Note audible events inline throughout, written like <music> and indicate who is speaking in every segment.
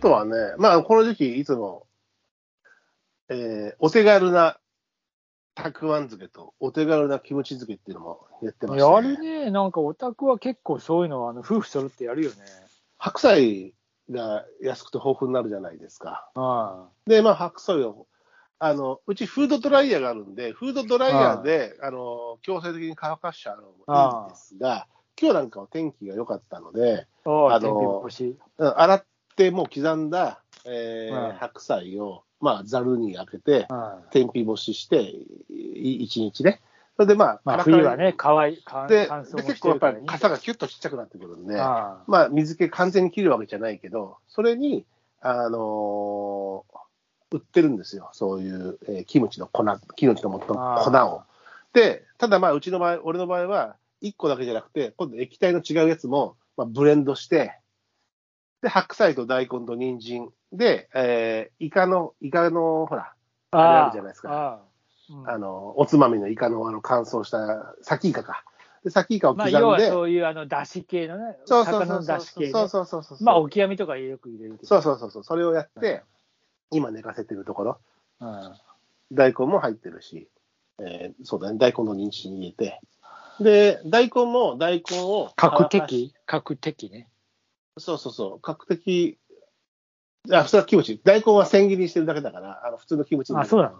Speaker 1: とはね、まあ、この時期、いつも、えーお手軽なたくあん漬けと、お手軽なキムチ漬けっていうのもやってました、ね。
Speaker 2: やるね。なんかオタクは結構そういうのは、あの、夫婦揃ってやるよね。
Speaker 1: 白菜が安くて豊富になるじゃないですか。
Speaker 2: あ
Speaker 1: で、まあ、白菜を、あの、うちフードドライヤーがあるんで、フードドライヤーで、あの、強制的に乾かしちゃうのもいいんですが、今日なんかは天気が良かったので、
Speaker 2: あ。ああ、
Speaker 1: あの
Speaker 2: 天日干し。
Speaker 1: うん洗ってもう刻んだ、えー
Speaker 2: うん
Speaker 1: 白菜を、まあ、ざるにあけて、
Speaker 2: うん
Speaker 1: 天日干しして、いい一日ね。それでまあ、
Speaker 2: ま
Speaker 1: カラ
Speaker 2: あ、
Speaker 1: カラ
Speaker 2: 冬はね、乾い、乾
Speaker 1: で、
Speaker 2: 乾燥
Speaker 1: で
Speaker 2: も
Speaker 1: 結
Speaker 2: し
Speaker 1: 構
Speaker 2: て
Speaker 1: やっぱ
Speaker 2: るから
Speaker 1: り
Speaker 2: ね。
Speaker 1: 傘がキュッとちっちゃくなってくるんで、
Speaker 2: あ
Speaker 1: まあ、水気完全に切るわけじゃないけど、それに、あのー売ってるんですよ。そういう、えーキムチの粉、キムチの元の
Speaker 2: あ
Speaker 1: 粉
Speaker 2: ー
Speaker 1: を。で、ただまあ、うちの場合、俺の場合は、1個だけじゃなくて、今度液体の違うやつも、まあ、ブレンドして、で、白菜と大根と人参で、えーイカの、イカの、ほら、
Speaker 2: あ
Speaker 1: あれあるじゃないですか
Speaker 2: ああうん
Speaker 1: あの、おつまみのイカのあの乾燥した、サキイカか。で、サキイカを刻
Speaker 2: まあ、
Speaker 1: んで、
Speaker 2: 要はそういう、あの、だし系のね、
Speaker 1: そうそう
Speaker 2: 魚のだし系ね
Speaker 1: そうそうそうそうそう。
Speaker 2: まあ、オキアミとかよく入れるけど。
Speaker 1: そうそうそうそう、それをやって、
Speaker 2: はい
Speaker 1: 今寝かせてるところ、
Speaker 2: うん
Speaker 1: 大根も入ってるし、えーそうだね、大根の認知に入れて、で、大根も大根を
Speaker 2: 角
Speaker 1: 乾かし
Speaker 2: 的角的ね。
Speaker 1: そうそうそう、角的、あ、それはキムチ、大根は千切りにしてるだけだから、あの普通のキムチに
Speaker 2: あ、そうなの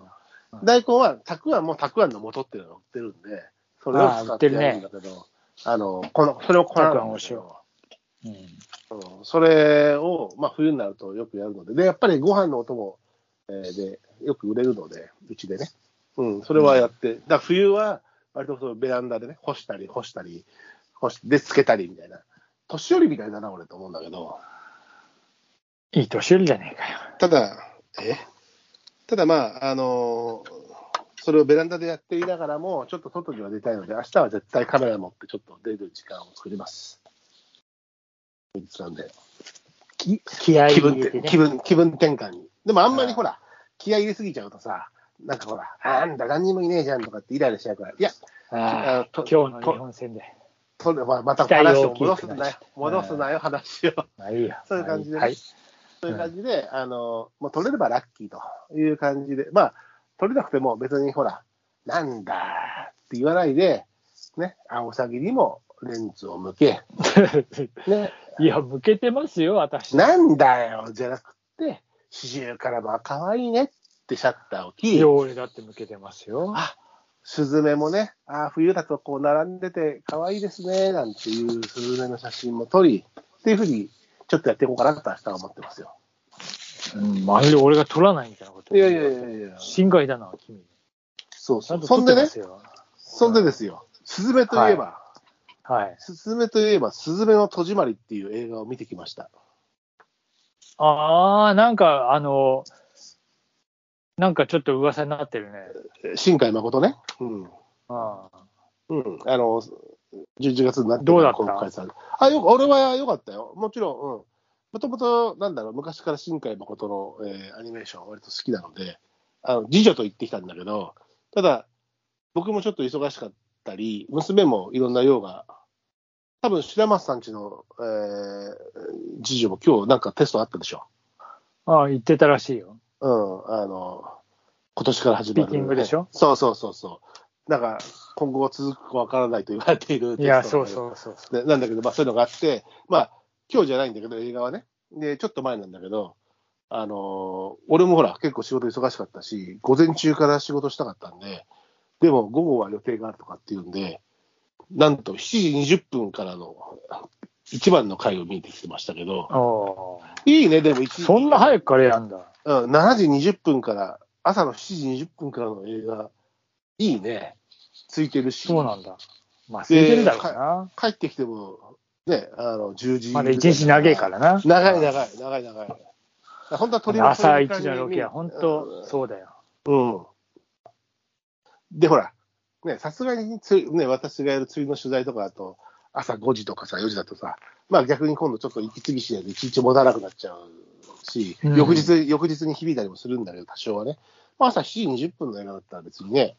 Speaker 1: 大根は、たくあんもたくあんの元っていうのが売ってるんで、それを使ってやるんだけど、あ,、の、この、それを粉なんだけど
Speaker 2: たくあんをしようん。
Speaker 1: うんそれを、まあ、冬になるとよくやるので、でやっぱりご飯のお供、えーでよく売れるので、うちでね、うん、それはやって、だから冬は割とそのベランダでね、干したり、干したり、干しで、つけたりみたいな、年寄りみたいだな、俺と思うんだけど、
Speaker 2: いい年寄りじゃねえかよ。
Speaker 1: ただ、えただまあ、あのーそれをベランダでやっていながらも、ちょっと外には出たいので、明日は絶対カメラ持って、ちょっと出る時間を作ります。なんで
Speaker 2: き気合い
Speaker 1: 気
Speaker 2: 入
Speaker 1: 分
Speaker 2: れて
Speaker 1: 転
Speaker 2: ね
Speaker 1: 気。分気分転換に。でもあんま
Speaker 2: は
Speaker 1: り
Speaker 2: い
Speaker 1: ほら、気合い入れすぎちゃうとさ、なんかほら、なんだ、何にもいねえじゃんとかってイライラしちゃうから、いや、
Speaker 2: ああ
Speaker 1: と
Speaker 2: 今日の日本戦で。
Speaker 1: とままた
Speaker 2: 期待
Speaker 1: 話
Speaker 2: を
Speaker 1: を
Speaker 2: 大きく
Speaker 1: 戻すな
Speaker 2: なっ
Speaker 1: よ
Speaker 2: ちゃ、う
Speaker 1: 戻すなよ、話を。
Speaker 2: まあいいや。
Speaker 1: そういう感じでね
Speaker 2: はい。
Speaker 1: そういう感じで、あの、もう取れればラッキーという感じで、まあ、取れなくても別にほら、なんだって言わないで、ね、アオサギにもレンズを向け、ね、
Speaker 2: <laughs> いや、向けてますよ、私。
Speaker 1: なんだよじゃなくて、四十からまあ可愛いねってシャッターを切
Speaker 2: い
Speaker 1: り
Speaker 2: や、、俺だって向けてますよ。
Speaker 1: あスズメもね、あー冬だとこう並んでて可愛いですね、なんていうスズメの写真も撮り、っていうふうにちょっとやっていこうかなと明日は思ってますよ。
Speaker 2: うんまるで俺が取らないみたいなこと。
Speaker 1: いやいやいやいや、
Speaker 2: 心外だな、君。
Speaker 1: そう
Speaker 2: ち
Speaker 1: そ
Speaker 2: ゃん
Speaker 1: う。
Speaker 2: と
Speaker 1: そん
Speaker 2: 取っ
Speaker 1: で
Speaker 2: てま
Speaker 1: ね、
Speaker 2: すよ。
Speaker 1: そんでですよ、スズメといえば、
Speaker 2: はい。
Speaker 1: スズメといえば、スズメの戸締まりっていう映画を見てきました。
Speaker 2: ああ、なんか、あの、なんかちょっと噂になってるね。
Speaker 1: 新海誠ね。うん。
Speaker 2: ああ
Speaker 1: うん、あの、11月になって
Speaker 2: どうだった
Speaker 1: 公開されるあ、よく、俺は良かったよ。もちろん、うん。もともと、なんだろう、昔から新海誠の、えーアニメーションは割と好きなので、あの、次女と行ってきたんだけど、ただ、僕もちょっと忙しかったり、娘もいろんな用が、多分、白松さんちの、えー次女も今日なんかテストあったでしょ。
Speaker 2: ああ、言ってたらしいよ。
Speaker 1: うん、あの、今年から始まる。
Speaker 2: スピーキングでしょ
Speaker 1: そうそうそうそう。なんか、今後続くかわからないと言われている
Speaker 2: いや、
Speaker 1: テスト
Speaker 2: そ
Speaker 1: が
Speaker 2: うそうそうそう。
Speaker 1: ねなんだけど、まあそういうのがあって、まあ今日じゃないんだけど、映画はね。で、ちょっと前なんだけど、あのー俺もほら、結構仕事忙しかったし、午前中から仕事したかったんで、でも午後は予定があるとかっていうんで、なんと7時20分からの一番の回を見てきてましたけど、
Speaker 2: ああ
Speaker 1: いいね、でも一
Speaker 2: そんな早くからやんだ。
Speaker 1: うん、7時20分から、朝の7時20分からの映画、いいね。ついてるし、
Speaker 2: そうなんだ。まあ、空いてるだろう
Speaker 1: えー
Speaker 2: な。
Speaker 1: 帰ってきても、ね、あの、10時。
Speaker 2: まだ一日長いからな。
Speaker 1: 長い長い、長い長い。本当は鳥
Speaker 2: 朝一のロケは本当、そうだよ。
Speaker 1: うん。で、ほら、ね、さすがに釣り、ね、私がやる釣りの取材とかだと、朝5時とかさ、4時だとさ、まあ逆に今度ちょっと息継ぎしないと一日持たなくなっちゃうし、
Speaker 2: うん
Speaker 1: 翌日、翌日に響いたりもするんだけど、多少はね。まあ朝7時20分の映画だったら別にね、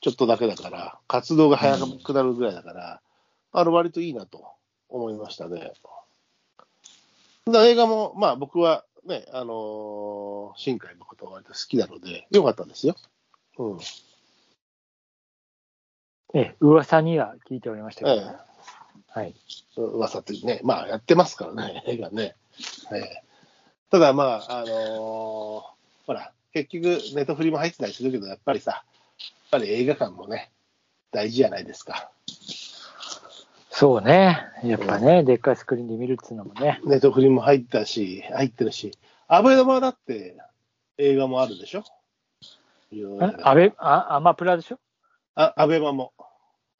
Speaker 1: ちょっとだけだから、活動が早くなるぐらいだから、あの割といいなと思いましたね。だ映画も、まあ僕はね、あのー新海誠が割と好きなので、よかったですよ。うん。
Speaker 2: ええ、噂には聞いておりました
Speaker 1: え
Speaker 2: けど、
Speaker 1: え
Speaker 2: はい。
Speaker 1: 噂っていうね、まあやってますからね、 <laughs> 映画ね。ええただまあ、あのーほら、結局、ネトフリも入ってたりするけど、やっぱりさ、やっぱり映画館もね、大事じゃないですか。
Speaker 2: そうね。やっぱね、でっかいスクリーンで見るっつうのもね。
Speaker 1: ネトフリも入ったし、入ってるし、アベマだって映画もあるでしょ
Speaker 2: えアベ、あ、アマプラでしょ
Speaker 1: あアベマも。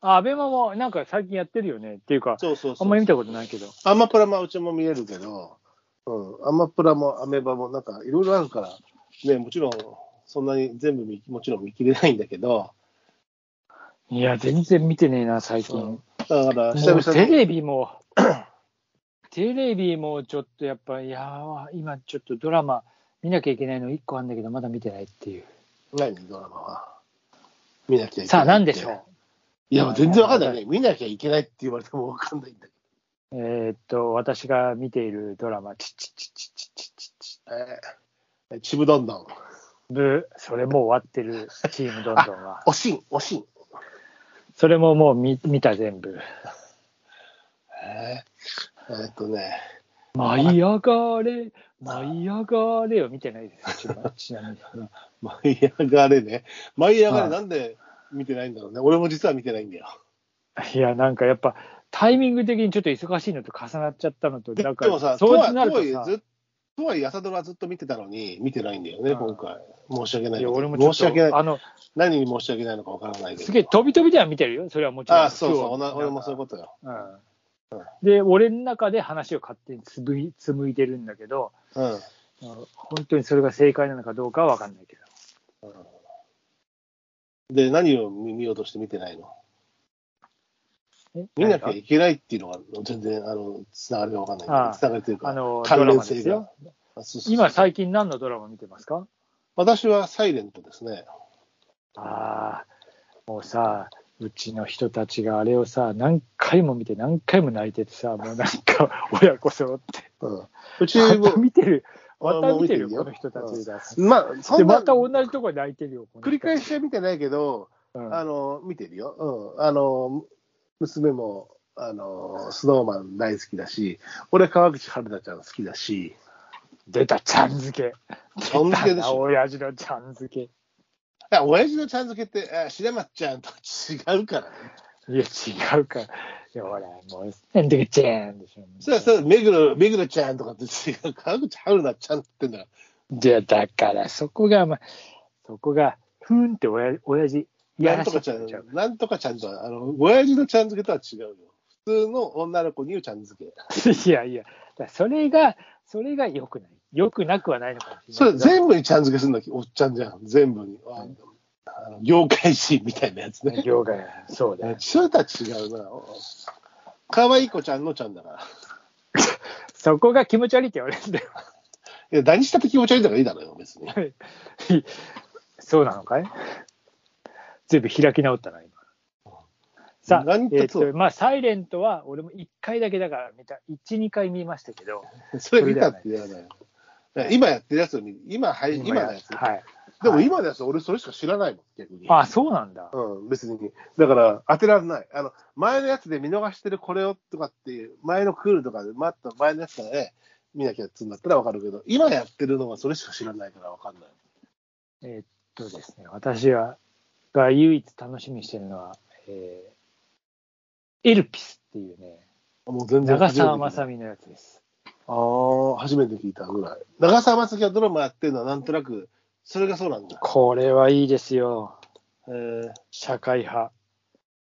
Speaker 2: あ、アベマもなんか最近やってるよね。っていうか、
Speaker 1: そうそう
Speaker 2: あ
Speaker 1: そ
Speaker 2: んまり見
Speaker 1: う。
Speaker 2: たことないけど。
Speaker 1: アマプラもうちも見れるけど、うん、アマプラもアメバもなんかいろいろあるから、ね、もちろんそんなに全部見、もちろん見切れないんだけど、
Speaker 2: いや、全然見てねえな、最近。
Speaker 1: うんだから久
Speaker 2: もう
Speaker 1: 々
Speaker 2: テ
Speaker 1: に、
Speaker 2: レビも、テレビもちょっとやっぱ、いやー、今ちょっとドラマ見なきゃいけないの1個あるんだけど、まだ見てないっていう。
Speaker 1: 何ドラマは見なきゃいけないって。
Speaker 2: さあ、なんでしょう。
Speaker 1: いや、もう全然わかんないね。見なきゃいけないって言われてもわかんないんだけ
Speaker 2: えーっと、私が見ているドラマ、チッチッチッチッチッチッチッチ
Speaker 1: ど。えーちぶどんどん。
Speaker 2: ッブー、それもう終わってる、チームどんどんは。
Speaker 1: おしん、おしん。
Speaker 2: それももう見見た、全部。
Speaker 1: えーえーっとね、
Speaker 2: 舞い上がれ、舞い上がれを見てないですよ、ちな <laughs> ちなみに。
Speaker 1: 舞い上がれね。舞い上が
Speaker 2: は
Speaker 1: れ
Speaker 2: い
Speaker 1: なんで見てないんだろうね。俺も実は見てないんだよ。
Speaker 2: いや、なんかやっぱ、タイミング的にちょっと忙しいのと重なっちゃったのと、
Speaker 1: で
Speaker 2: だか
Speaker 1: でも
Speaker 2: ら、
Speaker 1: さ、
Speaker 2: そ
Speaker 1: と
Speaker 2: う
Speaker 1: は
Speaker 2: なる
Speaker 1: と
Speaker 2: と
Speaker 1: はいえ
Speaker 2: さ、
Speaker 1: ずっとはいえ、朝ドラずっと見てたのに、見てないんだよね、
Speaker 2: うん
Speaker 1: 今回。申し訳ない
Speaker 2: い
Speaker 1: け
Speaker 2: や、
Speaker 1: ど
Speaker 2: 俺もちょ
Speaker 1: 申し
Speaker 2: っ
Speaker 1: 訳
Speaker 2: と、
Speaker 1: ない。
Speaker 2: あの、
Speaker 1: 何に申し訳ないのかわからないけど。
Speaker 2: すげえ、飛び飛びでは見てるよ、それはもちろん。
Speaker 1: ああ、そうそう、おな俺もそういうことよ。
Speaker 2: うんで、俺の中で話を勝手につぶい紡いでるんだけど、
Speaker 1: うん。
Speaker 2: あの本当にそれが正解なのかどうかは分かんないけど。
Speaker 1: うんで、何を見見ようとして見てないの
Speaker 2: え
Speaker 1: 見なきゃいけないっていうのが、全然、あの、つながりがわかんないけど。
Speaker 2: ああ
Speaker 1: つながりという
Speaker 2: あ
Speaker 1: か、
Speaker 2: の、ド
Speaker 1: 関
Speaker 2: ラ
Speaker 1: 連
Speaker 2: マで
Speaker 1: 性
Speaker 2: すよ
Speaker 1: が。。あそうそうそう
Speaker 2: 今、最近何のドラマ見てますか
Speaker 1: 私はサイレントですね。
Speaker 2: ああ、もうさ、うちの人たちがあれをさ、何回も見て、何回も泣いててさ、もうなんか、 <laughs> 親子揃って、
Speaker 1: うん。うち
Speaker 2: ま
Speaker 1: も
Speaker 2: た、見てる、
Speaker 1: あ
Speaker 2: また
Speaker 1: もう
Speaker 2: 見てる
Speaker 1: 見てる
Speaker 2: よ、
Speaker 1: よ
Speaker 2: この人たちが。
Speaker 1: まあ、そ
Speaker 2: で、
Speaker 1: んな、
Speaker 2: また同じとこで泣いてるよ、この人
Speaker 1: 繰り返しは見てないけど、
Speaker 2: うん
Speaker 1: あの、見てるよ。うん。あの、娘も、あの、スノーマン大好きだし、俺、川口春奈ちゃん好きだし、
Speaker 2: 出た、ちゃんづけ。
Speaker 1: ちゃんづけでしょ。
Speaker 2: 親父のちゃんづけ。
Speaker 1: だから親父のちゃん付けって、あ白松ちゃんと違うからね。
Speaker 2: いや、違うから。いや、ほら、もう、なんでちゃんでしょ。
Speaker 1: そうそう、目黒、目黒ちゃんとかって違う。川口春奈ちゃんって言ってんだから。
Speaker 2: じゃあだから、そこが、まあ、そこが、ふーんって親、親父、いや
Speaker 1: なん
Speaker 2: らし
Speaker 1: と
Speaker 2: いこ
Speaker 1: か
Speaker 2: と
Speaker 1: ちゃ、
Speaker 2: やっちゃうん
Speaker 1: なんとかちゃんとは、あの、親父のちゃん付けとは違うよ。普通の女の子に言うちゃん付け。
Speaker 2: <laughs> いやいや、だからそれが、それが良くない。良くなくはないのかもし
Speaker 1: そ
Speaker 2: れ
Speaker 1: れ
Speaker 2: ない。
Speaker 1: 全部にちゃん付けするのおっちゃんじゃん。全部に。あのあの業界シーンみたいなやつね。
Speaker 2: 業界そうだよ。
Speaker 1: それとは違うな。可愛い子ちゃんのちゃんだから。
Speaker 2: そこが気持ち悪いって言われるんだよ。 <laughs>
Speaker 1: いや、何したって気持ち悪いんだからいいだろうよ、別 <laughs> に。
Speaker 2: そうなのかい全部開き直ったな、今。さあ、え
Speaker 1: 何と
Speaker 2: ー
Speaker 1: そう
Speaker 2: とまあ、サイレントは俺も1回だけだから見た、1、2回見ましたけど、
Speaker 1: それ見たって言わない。今やってるやつを見今、はい、今のやつ。
Speaker 2: はい。
Speaker 1: でも
Speaker 2: はい
Speaker 1: 今のやつ、俺それしか知らないもん、逆に。
Speaker 2: あ、そうなんだ。
Speaker 1: うん、別に。だから、当てられない。あの、前のやつで見逃してるこれをとかっていう、前のクールとかで、また前のやつからね、見なきゃっつうんだったらわかるけど、今やってるのはそれしか知らないからわかんない。
Speaker 2: えーっとですね、私はが唯一楽しみにしてるのは、えーエルピスっていうね、
Speaker 1: もう全然
Speaker 2: 長
Speaker 1: 初めて聞いた。
Speaker 2: 澤まさみのやつです。
Speaker 1: ああ、初めて聞いたぐらい。長澤まさきがドラマやってるのはなんとなく、それがそうなんだ。
Speaker 2: これはいいですよ、
Speaker 1: えー
Speaker 2: 社会派。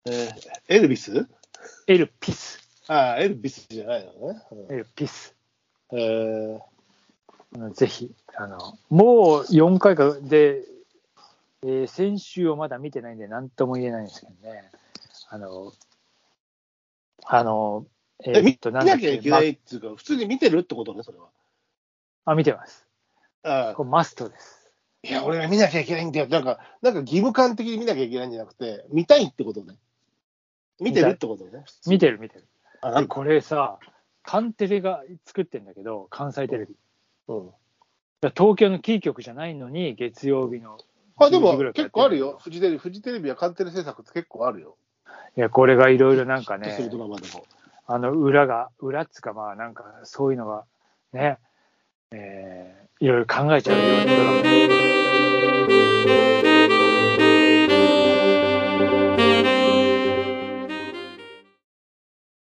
Speaker 1: えーエルビス
Speaker 2: エルピス、
Speaker 1: ああ、エルビスじゃないのね。うん
Speaker 2: エルピス。
Speaker 1: えー
Speaker 2: うんぜひ、あの、もう4回か、で、えー先週をまだ見てないんで、なんとも言えないんですけどね、あの、あの、
Speaker 1: え
Speaker 2: えー
Speaker 1: 見
Speaker 2: っと、
Speaker 1: 見なきゃいけな
Speaker 2: ま
Speaker 1: いっていうか、普通に見てるってことね、それは。
Speaker 2: あ、見てます。
Speaker 1: ああ
Speaker 2: これマストです。
Speaker 1: いや、俺が見なきゃいけないんだよ。なんか、なんか義務感的に見なきゃいけないんじゃなくて、見たいってことね。見てるってことね。
Speaker 2: 見てる見てる。
Speaker 1: あな
Speaker 2: で
Speaker 1: んか
Speaker 2: これさ、関テレが作ってんだけど、関西テレビ。
Speaker 1: うん、
Speaker 2: だから東京のキー局じゃないのに、月曜日の。
Speaker 1: あで
Speaker 2: 10時ぐら
Speaker 1: も
Speaker 2: いからやってんだけど
Speaker 1: 結構あるよ、フジテレビ、フジテレビはカンテレ制作って結構あるよ、
Speaker 2: いや、これがいろいろなんか
Speaker 1: ヒットする
Speaker 2: ね
Speaker 1: ド、ラマでも。
Speaker 2: あの裏が、裏っつうか、まあなんかそういうのがね、えーいろいろ考えちゃうようなドラマ。